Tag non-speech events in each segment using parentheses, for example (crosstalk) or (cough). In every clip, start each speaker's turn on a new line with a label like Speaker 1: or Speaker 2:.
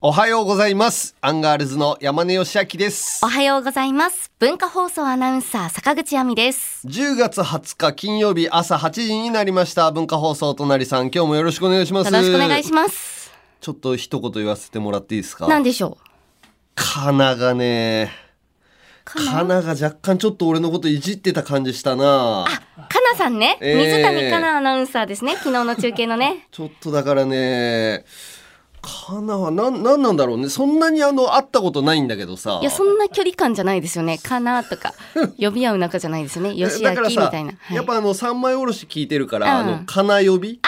Speaker 1: おはようございます。アンガールズの山根義明です
Speaker 2: お。はようございます。文化放送アナウンサー坂口亜美です。
Speaker 1: 10月20日金曜日朝8時になりました。文化放送隣さん、今日もよろしくお願いします。
Speaker 2: よろしくお願いします。
Speaker 1: ちょっと一言言わせてもらっていいですか
Speaker 2: なんでしょ
Speaker 1: カナがね、
Speaker 2: う。か
Speaker 1: カナ
Speaker 2: な。
Speaker 1: が若干ちょっと俺のこといじってた感じしたな。
Speaker 2: かなさんね、
Speaker 1: えー。
Speaker 2: 水谷かなアナウンサーですね。昨日の中継のね
Speaker 1: ちょっとだからね、カナはなん、なんなんだろうね。そんなにあの、会ったことないんだけどさ。
Speaker 2: いや、そんな距離感じゃないですよね。かな
Speaker 1: (laughs)
Speaker 2: とか、呼び合う仲じゃないですよね。よし
Speaker 1: だ
Speaker 2: あき
Speaker 1: から
Speaker 2: み
Speaker 1: さ
Speaker 2: たいな。はい
Speaker 1: やっぱあの三枚おろし聞いてるから、
Speaker 2: うん
Speaker 1: あのかな呼び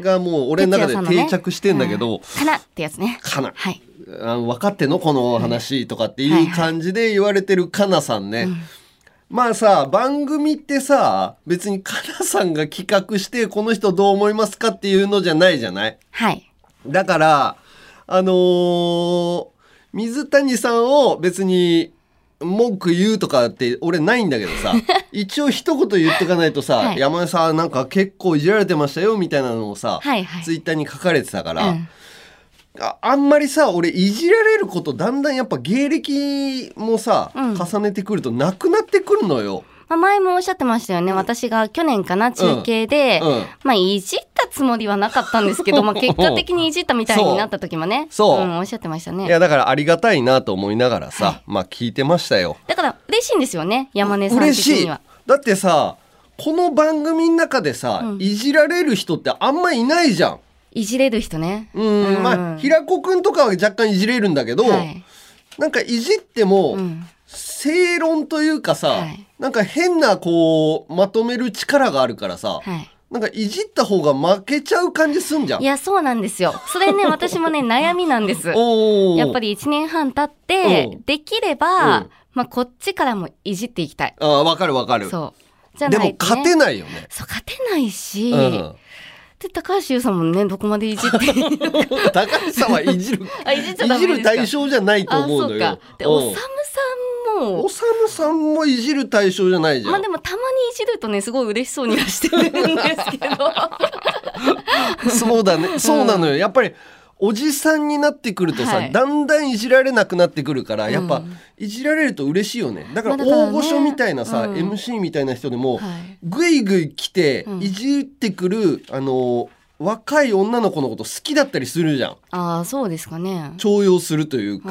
Speaker 1: がもう俺の中で定着してんだけど、
Speaker 2: かなってやつね。
Speaker 1: かな
Speaker 2: はい。
Speaker 1: あの分かってんのこの話とかっていう感じで言われてるかなさんね、まあさ番組ってさ別にかなさんが企画してこの人どう思いますかっていうのじゃないじゃない
Speaker 2: はい。
Speaker 1: だからあのー水谷さんを別に文句言うとかって俺ないんだけど
Speaker 2: (laughs)
Speaker 1: さ一応一言言っとかないとさ、
Speaker 2: はい
Speaker 1: 山根さんなんか結構いじられてましたよみたいなのをさ、
Speaker 2: はいはい
Speaker 1: ツイッターに書かれてたから、
Speaker 2: うん
Speaker 1: ああんまりさ俺いじられることだんだんやっぱ芸歴もさ、
Speaker 2: うん
Speaker 1: 重ねてくるとなくなってくるのよ。
Speaker 2: まあ、前もおっしゃってましたよね。私が去年かな、中継で、
Speaker 1: うん
Speaker 2: まあ、いじったつもりはなかったんです
Speaker 1: (laughs)
Speaker 2: けど、まあ、結果的にいじったみたいになった時もね、、
Speaker 1: そうそうん
Speaker 2: おっしゃってました
Speaker 1: い
Speaker 2: ね。
Speaker 1: やだからありがたいなと思いながらさ、まあ聞いてましたよ。
Speaker 2: だから、嬉しいんですよね、山根さん
Speaker 1: 嬉
Speaker 2: 的
Speaker 1: しい
Speaker 2: に
Speaker 1: だ
Speaker 2: は。
Speaker 1: ってさこの番組の中でさ、いじられる人ってあんまいないじゃん。
Speaker 2: いじれる人ね。
Speaker 1: うん
Speaker 2: うん
Speaker 1: まあ平子くんとかは若干いじれるんだけど、
Speaker 2: はい。
Speaker 1: なんかいじっても、
Speaker 2: うん。
Speaker 1: 正論というかさ、
Speaker 2: はい
Speaker 1: なんか変なこうまとめる力があるからさ、
Speaker 2: はい。
Speaker 1: なんかいじった方が負けちゃう感じすんじゃん。
Speaker 2: いや、そうなんですよ。それ
Speaker 1: (laughs)
Speaker 2: ね、私もね、悩みなんです。
Speaker 1: おー
Speaker 2: やっぱり1年半経って
Speaker 1: うん、
Speaker 2: できれば、
Speaker 1: うん
Speaker 2: まあ、こっちからもいじっていきたい。
Speaker 1: あーわかるわかる。
Speaker 2: そう。じゃ
Speaker 1: で
Speaker 2: な
Speaker 1: も
Speaker 2: いと、ね。
Speaker 1: 勝てないよね。
Speaker 2: そう、勝てないし、
Speaker 1: うん、
Speaker 2: で、高橋優さんもね、どこまでいじっていいのか
Speaker 1: (laughs) 高橋さんはいじる
Speaker 2: (laughs) あい (laughs) じっちゃ
Speaker 1: い
Speaker 2: ダ
Speaker 1: じ
Speaker 2: メです
Speaker 1: る
Speaker 2: か
Speaker 1: 対象じゃないと
Speaker 2: あ、
Speaker 1: 思うの
Speaker 2: そ
Speaker 1: よ。
Speaker 2: うか。で、
Speaker 1: うん
Speaker 2: おさむさんも
Speaker 1: お、さむさんもいじる対象じゃないじゃん。
Speaker 2: まあでもたまにいじるとね、すごい嬉しそうにはしてるんですけど。
Speaker 1: そうだね。そうなのよ。やっぱり、おじさんになってくるとさ、
Speaker 2: はい
Speaker 1: だんだんいじられなくなってくるから、やっぱ、
Speaker 2: うん
Speaker 1: いじられると嬉しいよね。だから、
Speaker 2: まあだから
Speaker 1: 大
Speaker 2: ね
Speaker 1: 御所みたいなさ、
Speaker 2: うん
Speaker 1: MC みたいな人でも、
Speaker 2: はい。
Speaker 1: ぐいぐい来て
Speaker 2: う、ん
Speaker 1: いじってくる、あの、若い女の子のこと好きだったりするじゃん。
Speaker 2: ああ、そうですかね。
Speaker 1: 重用するというか
Speaker 2: あ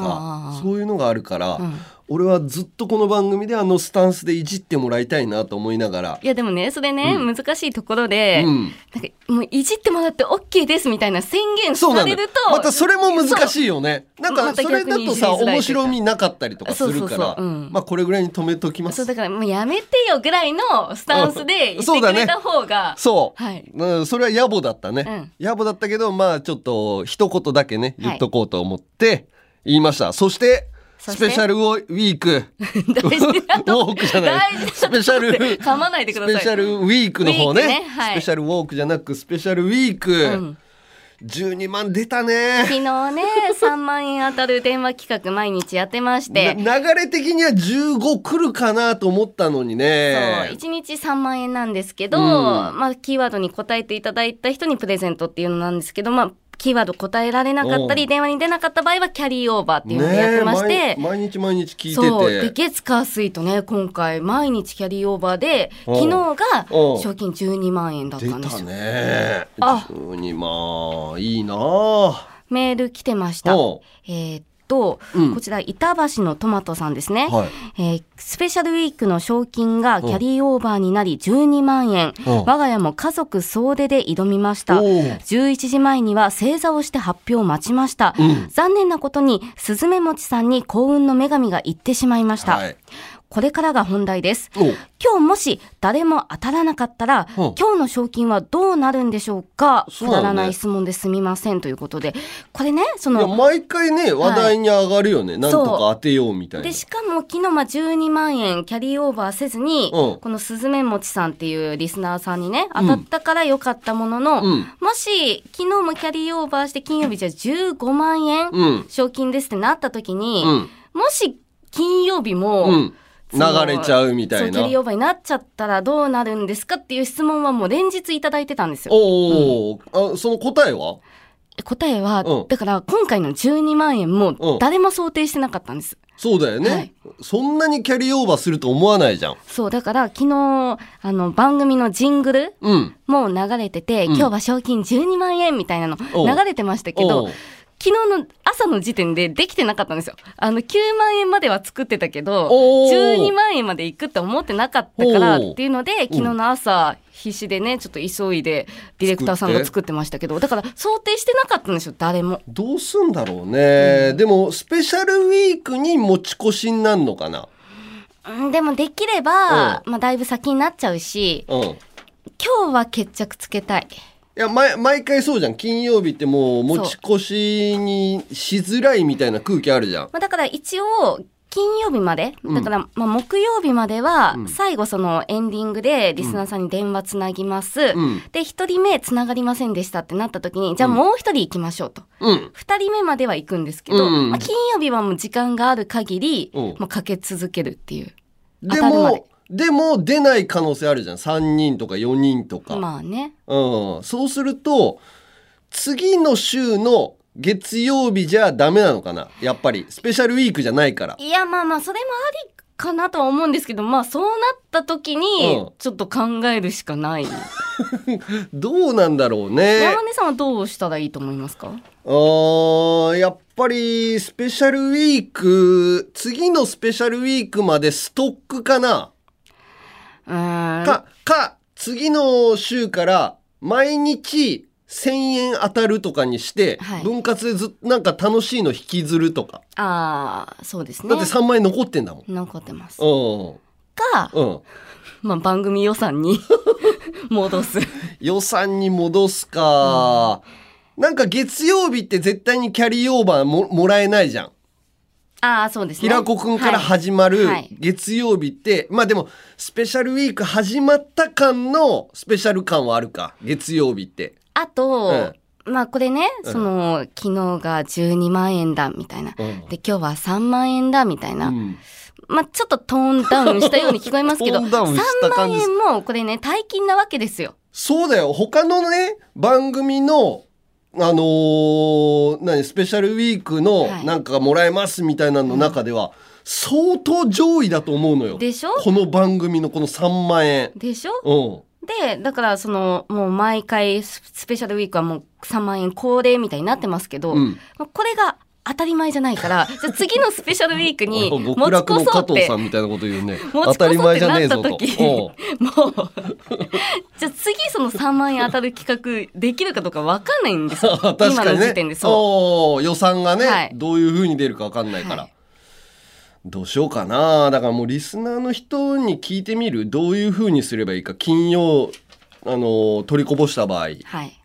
Speaker 2: あ、
Speaker 1: そういうのがあるから、
Speaker 2: うん
Speaker 1: 俺はずっとこの番組であのスタンスでいじってもらいたいなと思いながら。
Speaker 2: いやでもね、それね、
Speaker 1: う
Speaker 2: 難しいところで、
Speaker 1: うん
Speaker 2: なんかもういじってもらって OK ですみたいな宣言
Speaker 1: そうな
Speaker 2: さ
Speaker 1: んだ
Speaker 2: れ
Speaker 1: よ
Speaker 2: ると、
Speaker 1: またそれも難しいよねなんか
Speaker 2: また
Speaker 1: それだ
Speaker 2: 逆に
Speaker 1: とさ
Speaker 2: いじりづらいというか
Speaker 1: 面白みなかったりとかするか
Speaker 2: そうそう
Speaker 1: ら
Speaker 2: そううん
Speaker 1: まあこれぐらいに止めときま
Speaker 2: そう
Speaker 1: す
Speaker 2: だからもうやめてよぐらいのスタンスで
Speaker 1: う
Speaker 2: 言
Speaker 1: ん
Speaker 2: って
Speaker 1: そうだ
Speaker 2: く
Speaker 1: ね
Speaker 2: れた方が、
Speaker 1: そう、
Speaker 2: はい
Speaker 1: うんそれは野暮だったね、野暮だったけどまあちょっと一言だけね
Speaker 2: はい
Speaker 1: 言っとこうと思って言いました、そして
Speaker 2: そ
Speaker 1: ス
Speaker 2: して
Speaker 1: ペシャルウォーウィーク
Speaker 2: 大事な
Speaker 1: ウ (laughs) ォークじゃない
Speaker 2: 大事な
Speaker 1: スペシャル
Speaker 2: 噛まないでください
Speaker 1: スペシャルウィークの方ね
Speaker 2: ウィークねはい
Speaker 1: スペシャルウォークじゃなくスペシャルウィーク、
Speaker 2: うん
Speaker 1: 12万出たね
Speaker 2: 昨日
Speaker 1: (laughs)
Speaker 2: ね、3万円当たる電話企画毎日やってまして、
Speaker 1: な流れ的には15来るかなと思ったのにね
Speaker 2: そう1日3万円なんですけど、
Speaker 1: うん
Speaker 2: まあ、キーワードに答えていただいた人にプレゼントっていうのなんですけど、まあ、キーワード答えられなかった
Speaker 1: おう
Speaker 2: り電話に出なかった場合はキャリーオーバーっていうのを
Speaker 1: ねえ
Speaker 2: やってまして。
Speaker 1: 毎毎日毎日聞
Speaker 2: そう
Speaker 1: い
Speaker 2: で
Speaker 1: てて
Speaker 2: 月火水とね今回毎日キャリーオーバーで
Speaker 1: おう
Speaker 2: 昨日が
Speaker 1: おう
Speaker 2: 賞金12万円だった
Speaker 1: 出
Speaker 2: んで
Speaker 1: た
Speaker 2: すよ、
Speaker 1: ね
Speaker 2: あ
Speaker 1: 12万いいなあ
Speaker 2: メール来てました
Speaker 1: おう
Speaker 2: えーっと、
Speaker 1: うん
Speaker 2: こちら板橋のトマトさんですね、
Speaker 1: はい
Speaker 2: えースペシャルウィークの賞金がキャリーオーバーになり12万円。
Speaker 1: うん
Speaker 2: 我が家も家族総出で挑みました。
Speaker 1: おう
Speaker 2: 11時前には正座をして発表を待ちました。
Speaker 1: ん
Speaker 2: 残念なことに、スズメモチさんに幸運の女神が言ってしまいました。
Speaker 1: はい
Speaker 2: これからが本題です。
Speaker 1: おう
Speaker 2: 今日もし誰も当たらなかったら、
Speaker 1: うん
Speaker 2: 今日の賞金はどうなるんでしょうか
Speaker 1: そう
Speaker 2: く
Speaker 1: だね
Speaker 2: だらない質問ですみませんということで。これね、そ
Speaker 1: いや
Speaker 2: の、
Speaker 1: 毎回ね話題に上がるよね、なんとか当てようみたいな
Speaker 2: で、しかも昨日まあ12万円キャリーオーバーせずに、
Speaker 1: うん
Speaker 2: このスズメモチさんっていうリスナーさんにね、当たったから良かったものの、
Speaker 1: うん
Speaker 2: もし昨日もキャリーオーバーして金曜日じゃ15万円
Speaker 1: うん
Speaker 2: 賞金ですってなった時に、
Speaker 1: うん
Speaker 2: もし金曜日も、
Speaker 1: うん
Speaker 2: そ
Speaker 1: 流
Speaker 2: の
Speaker 1: れちゃうみたい
Speaker 2: そうキャ
Speaker 1: な
Speaker 2: リーオーバーになっちゃったらどうなるんですかっていう質問はもう連日いただいてたんですよ。
Speaker 1: おうおうおうあその答えは
Speaker 2: 答えは、
Speaker 1: うん
Speaker 2: だから今回の12万円
Speaker 1: うん
Speaker 2: も誰も想定してなかったんです。
Speaker 1: そうだよね、
Speaker 2: はい
Speaker 1: そんなにキャリーオーバーすると思わないじゃん
Speaker 2: そう、だから昨日、あの、番組のジングル
Speaker 1: うん
Speaker 2: もう流れてて、
Speaker 1: うん
Speaker 2: 今日は賞金12万円みたいなの
Speaker 1: おう
Speaker 2: 流れてましたけ
Speaker 1: お
Speaker 2: ど
Speaker 1: う、
Speaker 2: 昨日の朝の時点でできてなかったんですよ。あの、9万円までは作ってたけど、
Speaker 1: おー
Speaker 2: 12万円まで行くって思ってなかったから
Speaker 1: おー
Speaker 2: っていうので、昨日の朝、必死でね、ちょっと急いで、ディレクターさんが作ってましたけど、だから想定してなかったんですよ、誰も。
Speaker 1: どうすんだろうね、でもスペシャルウィークに持ち越しになるのかな
Speaker 2: うんでもできれば、まあ、だいぶ先になっちゃうし、
Speaker 1: うんい
Speaker 2: 今日は決着つけたい。
Speaker 1: や毎毎回そうじゃん金曜日ってもう持ち越しにしづらいみたいな空気あるじゃん
Speaker 2: まあ、だから一応、金曜日まで、だから、まあ、木曜日までは、最後そのエンディングでリスナーさんに電話つなぎます。
Speaker 1: ん
Speaker 2: で、一人目つながりませんでしたってなった時に、じゃあもう一人行きましょうと。
Speaker 1: うん
Speaker 2: 二人目までは行くんですけど、
Speaker 1: うん
Speaker 2: まあ、金曜日はもう時間がある限り、
Speaker 1: うん
Speaker 2: もうかけ続けるっていう。
Speaker 1: で
Speaker 2: 当たるま
Speaker 1: もでも出ない可能性あるじゃん3人とか4人とか、
Speaker 2: まあね。
Speaker 1: うん、そうすると次の週の月曜日じゃダメなのかなやっぱりスペシャルウィークじゃないから
Speaker 2: いや、まあまあ、それもありかなとは思うんですけど、まあそうなった時
Speaker 1: う
Speaker 2: に
Speaker 1: ん、
Speaker 2: ちょっと考えるしかない。
Speaker 1: どうなんだろうね
Speaker 2: 山根さんはどうしたらいいと思いますか
Speaker 1: あーやっぱりスペシャルウィーク次のスペシャルウィークまでストックかな
Speaker 2: うーん。
Speaker 1: かか次の週から毎日1,000円当たるとかにして、
Speaker 2: はい
Speaker 1: 分割でずなんか楽しいの引きずるとか、
Speaker 2: ああ、そうですね
Speaker 1: だって。3万円残ってんだもん。
Speaker 2: 残ってます。
Speaker 1: うん
Speaker 2: か、
Speaker 1: うん、
Speaker 2: まあ番組予算に (laughs) 戻す。
Speaker 1: 予算に戻すか、なんか月曜日って絶対にキャリーオーバーももらえないじゃん
Speaker 2: ああ、そうですね。
Speaker 1: 平子くんから
Speaker 2: はい
Speaker 1: 始まる
Speaker 2: はい
Speaker 1: 月曜日って、まあでもスペシャルウィーク始まった感のスペシャル感はあるか月曜日って
Speaker 2: あと、まあこれね、その、昨日が12万円だ、みたいな。
Speaker 1: うん
Speaker 2: で、今日は3万円だ、みたいな。
Speaker 1: ん
Speaker 2: まあちょっとトーンダウンしたように聞こえますけど、
Speaker 1: (laughs) トーンダウンした
Speaker 2: 3
Speaker 1: 感
Speaker 2: 万
Speaker 1: じです
Speaker 2: 円もこれね、大金なわけですよ。
Speaker 1: そうだよ他のね番組のあのー何スペシャルウィークの
Speaker 2: はい
Speaker 1: なんかもらえますみたいなの中では、相当上位だと思うのよ
Speaker 2: でしょ
Speaker 1: この番組のこの3万円
Speaker 2: でしょ
Speaker 1: うん
Speaker 2: で、だからその、もう毎回ススペシャルウィークはもう3万円恒例みたいになってますけど、
Speaker 1: うん
Speaker 2: まあこれが当たり前じゃないから、じゃあ次のスペシャルウィー
Speaker 1: (laughs)
Speaker 2: クに持
Speaker 1: 極
Speaker 2: ち
Speaker 1: 楽の
Speaker 2: 越そ
Speaker 1: 加
Speaker 2: うっ
Speaker 1: 藤
Speaker 2: て
Speaker 1: さ。んみたいなこと言うね
Speaker 2: (laughs) 持ち
Speaker 1: 当
Speaker 2: 越そ
Speaker 1: た
Speaker 2: う
Speaker 1: り
Speaker 2: っ
Speaker 1: 前
Speaker 2: て
Speaker 1: じゃ
Speaker 2: な
Speaker 1: ね
Speaker 2: っ
Speaker 1: え
Speaker 2: (laughs) た
Speaker 1: ぞと
Speaker 2: 時
Speaker 1: うん
Speaker 2: もうじゃあ次その3万円当たる企画できるかどうか分かんないんですよ
Speaker 1: (laughs) 確かにね
Speaker 2: 今の時点でそ
Speaker 1: おー予算がね、
Speaker 2: はい
Speaker 1: どういう風に出るか分かんないから、
Speaker 2: はい
Speaker 1: どうしようかなだからもうリスナーの人に聞いてみるどういう風にすればいいか金曜あのー取りこぼした場合
Speaker 2: うはい、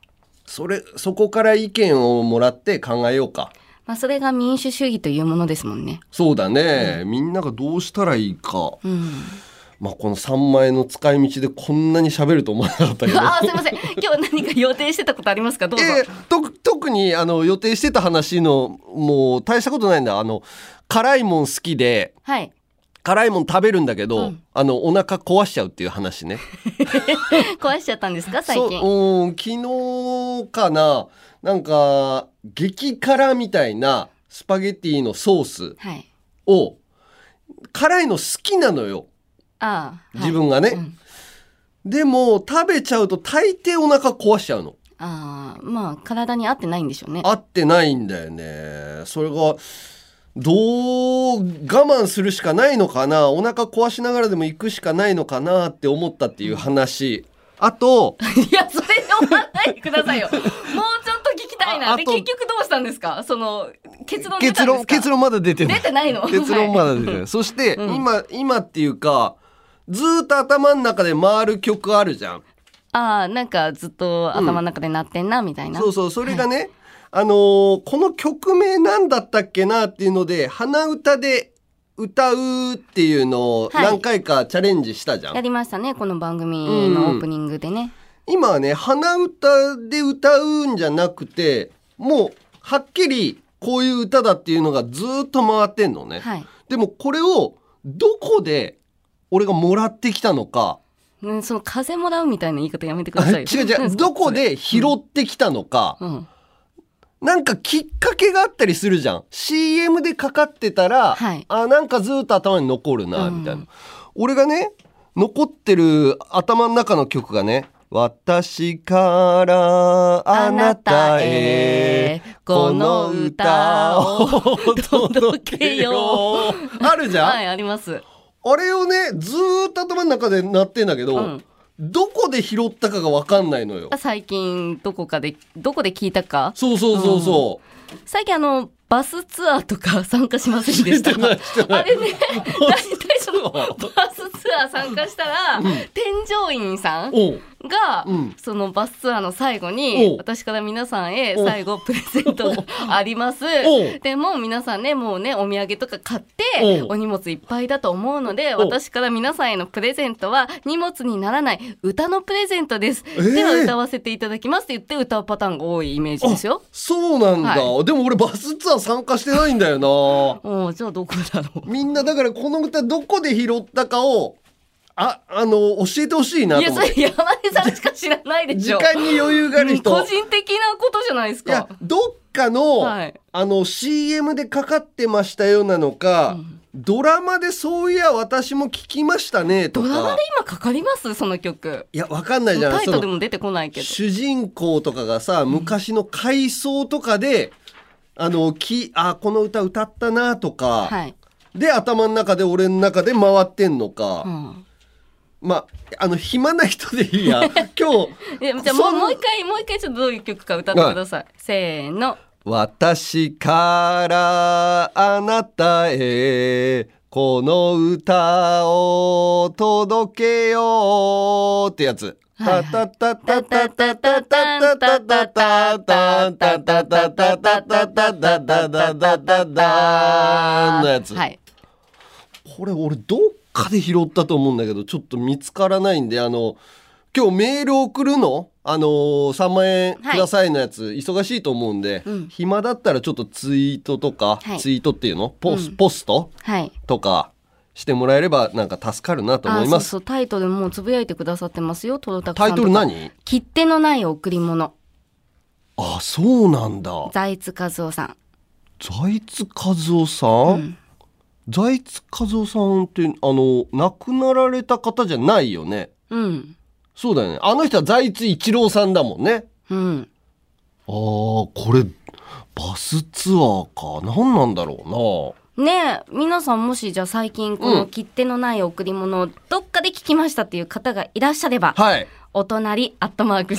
Speaker 1: それそこから意見をもらって考えようか
Speaker 2: まあ、それが民主主義というものですもんね
Speaker 1: そうだね、みんながどうしたらいいか、
Speaker 2: うん (laughs)
Speaker 1: まあ、この3万円の使い道でこんなに喋ると思わなかったけど
Speaker 2: (laughs) あーすいません今日何か予定してたことありますかどうぞ、
Speaker 1: えーと特にあの予定してた話のもう大したことないんだあの辛いもん好きで
Speaker 2: はい
Speaker 1: 辛いもん食べるんだけど、
Speaker 2: うん
Speaker 1: あのお腹壊しちゃうっていう話ね
Speaker 2: 壊しちゃったんですか最
Speaker 1: そう
Speaker 2: 近
Speaker 1: うん昨日かななんか激辛みたいなスパゲティのソース
Speaker 2: はい
Speaker 1: を辛いの好きなのよ
Speaker 2: ああ、はい
Speaker 1: 自分がね、
Speaker 2: うん
Speaker 1: でも食べちゃうと大抵お腹壊しちゃうの
Speaker 2: ああまあ体に合ってないんでしょうね
Speaker 1: 合ってないんだよねそれがどう我慢するしかないのかなお腹壊しながらでも行くしかないのかなって思ったっていう話あと
Speaker 2: (laughs) いや、それ読まないでくださ
Speaker 1: (laughs)
Speaker 2: いよ。もうちょっと聞きたい
Speaker 1: あ
Speaker 2: な。
Speaker 1: あ
Speaker 2: で、
Speaker 1: と
Speaker 2: 結局どうしたんですかその、結論
Speaker 1: 結
Speaker 2: 出たんです
Speaker 1: 論
Speaker 2: か
Speaker 1: 結論まだ出てない
Speaker 2: 出てないの
Speaker 1: (laughs) 結論まだ出てない、そして、
Speaker 2: うん
Speaker 1: 今今っていうかずーっと頭の中で回る曲あるじゃん
Speaker 2: ああ、なんかずっと頭の中で鳴ってんな、みたいな。
Speaker 1: そうそうそれがね、あのーこの曲名なんだったっけなっていうので鼻歌で歌うっていうのを
Speaker 2: はい
Speaker 1: 何回かチャレンジしたじゃん、
Speaker 2: やりましたね、この番組のオープニングでね。
Speaker 1: 今はね鼻歌で歌うんじゃなくてもうはっきりこういう歌だっていうのがずーっと回ってんのね、
Speaker 2: はい。
Speaker 1: でもこれをどこで俺がもらってきたのか
Speaker 2: うん、その、風 (laughs) もらうみたいな言い方やめてくだ
Speaker 1: あ
Speaker 2: さいよ。
Speaker 1: 違う違
Speaker 2: 何で
Speaker 1: う
Speaker 2: すか
Speaker 1: どこで拾ってきたのか、
Speaker 2: うん。
Speaker 1: なんかきっかけがあったりするじゃん。CM でかかってたら、
Speaker 2: はい
Speaker 1: あ、なんかずっと頭に残るな、
Speaker 2: うん
Speaker 1: みたいな。俺がね、残ってる頭の中の曲がね、私からあなたへ、
Speaker 2: この歌を
Speaker 1: 届
Speaker 2: けよ。
Speaker 1: あるじゃん、
Speaker 2: (laughs) はい、あります。
Speaker 1: あれをね、ずーっと頭の中で鳴ってんだけど、
Speaker 2: うん
Speaker 1: どこで拾ったかがわかんないのよ。
Speaker 2: 最近、どこかで、どこで聞いたか。
Speaker 1: そうそうそうそう。
Speaker 2: 最近、あの、バスツアーとか参加しませんでし
Speaker 1: (laughs)
Speaker 2: た。
Speaker 1: してないしてない
Speaker 2: あれね、大体その、
Speaker 1: バス
Speaker 2: バスツアー参加したら、添乗員さん
Speaker 1: おう
Speaker 2: が、
Speaker 1: うん
Speaker 2: そのバスツアーの最後に
Speaker 1: お
Speaker 2: 私から皆さんへ
Speaker 1: お
Speaker 2: 最後プレゼン
Speaker 1: (laughs)
Speaker 2: トがあります
Speaker 1: お
Speaker 2: でもう皆さんねもうねお土産とか買って
Speaker 1: お
Speaker 2: お荷物いっぱいだと思うので
Speaker 1: お
Speaker 2: 私から皆さんへのプレゼントは荷物にならない歌のプレゼントです、
Speaker 1: ー
Speaker 2: では歌わせていただきますって言って歌うパターンが多いイメージですよ
Speaker 1: あそうなんだ、
Speaker 2: は
Speaker 1: でも俺バスツアー参加してないんだよ
Speaker 2: おーじゃあどこだろ
Speaker 1: なみんなだからこの歌どこで拾ったかをああの教えてほしいな
Speaker 2: うい
Speaker 1: と
Speaker 2: や
Speaker 1: 思
Speaker 2: そ
Speaker 1: っ
Speaker 2: れ
Speaker 1: て
Speaker 2: 山根さんしか知らないで
Speaker 1: 時
Speaker 2: しょ
Speaker 1: 間に余裕がある人
Speaker 2: うん個人的なことじゃないです
Speaker 1: いや
Speaker 2: か
Speaker 1: どっかの,、
Speaker 2: はい
Speaker 1: あの CM でかかってましたよなのか、ドラマでそういや私も聞きましたねと
Speaker 2: ド
Speaker 1: か
Speaker 2: ラマで今かかりますその曲
Speaker 1: いやわかんないじゃ
Speaker 2: タ
Speaker 1: ない
Speaker 2: イ
Speaker 1: そ
Speaker 2: トル
Speaker 1: の
Speaker 2: も出てこないけど。
Speaker 1: 主人公とかがさ昔の回想とかで、あのきあこの歌歌ったなとか、
Speaker 2: はい。
Speaker 1: で頭の中で俺の中で回ってんのか、
Speaker 2: うん。
Speaker 1: まああの暇な人でいい
Speaker 2: (laughs)
Speaker 1: や今日
Speaker 2: いやじゃあも
Speaker 1: そう
Speaker 2: もう一回もう一回ちょっとどういう曲か歌ってください。せーの。
Speaker 1: 私からあなたへこの歌を届けようってやつ。
Speaker 2: はいは
Speaker 1: タ
Speaker 2: い
Speaker 1: タタタタタタタタタタタタタタタタタタタタタのやつ。
Speaker 2: はい。
Speaker 1: これ俺どっかで拾ったと思うんだけどちょっと見つからないんであの今日メール送るのあのー、3万円くださいのやつ、忙しいと思うんで、
Speaker 2: うん
Speaker 1: 暇だったらちょっとツイートとか、
Speaker 2: はい
Speaker 1: ツイートっていうのポス,、
Speaker 2: うん
Speaker 1: ポスト
Speaker 2: はい。
Speaker 1: とかしてもらえればなんか助かるなと思いま
Speaker 2: あ
Speaker 1: す
Speaker 2: そうそうタイトルもうつぶやいてくださってますよ。トロタクさん
Speaker 1: タイ
Speaker 2: とか。
Speaker 1: トル何
Speaker 2: 切手のない贈り物。
Speaker 1: あそうなんだ
Speaker 2: 財津和夫さん。
Speaker 1: 財津和夫さ、
Speaker 2: うんん。
Speaker 1: 財津和夫さんってあの亡くなられた方じゃないよね
Speaker 2: うん。
Speaker 1: そうだよねあの人は財津一郎さんだもんね
Speaker 2: うん。
Speaker 1: ああこれバスツアーか何なんだろ
Speaker 2: ねえ皆さんもしじゃあ最近こ
Speaker 1: う
Speaker 2: の
Speaker 1: ん
Speaker 2: 切手のない贈り物をどっかで聞きましたっていう方がいらっしゃれば
Speaker 1: うなはい
Speaker 2: お隣、アットマーク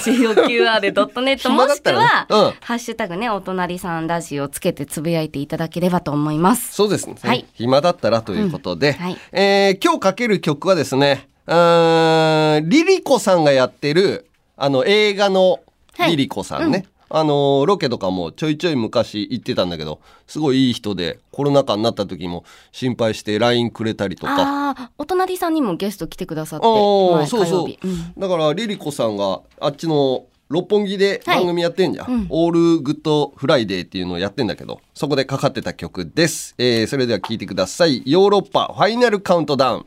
Speaker 2: COQR.net
Speaker 1: 暇
Speaker 2: も
Speaker 1: だっ
Speaker 2: したく
Speaker 1: らね
Speaker 2: は、
Speaker 1: うん
Speaker 2: ハッシュタグね、お隣さんラジオつけてつぶやいていただければと思います。
Speaker 1: そうですね、
Speaker 2: はい
Speaker 1: 暇だったらということで、
Speaker 2: んはい
Speaker 1: えー今日かける曲はですねうーんリリコさんがやってるあの映画の
Speaker 2: はい
Speaker 1: リリコさんね、あのーロケとかもちょいちょい昔行ってたんだけどすごいいい人でコロナ禍になった時も心配して LINE くれたりとか
Speaker 2: ああ、お隣さんにもゲスト来てくださって、
Speaker 1: おー
Speaker 2: 前
Speaker 1: そうそう
Speaker 2: 火曜日ん
Speaker 1: だからリリコさんがあっちの六本木で番組やってんじゃん、
Speaker 2: はいうん
Speaker 1: オールグッドフライデーっていうのをやってんだけどそこでかかってた曲です、えーそれでは聴いてくださいヨーロッパファイナルカウントダウン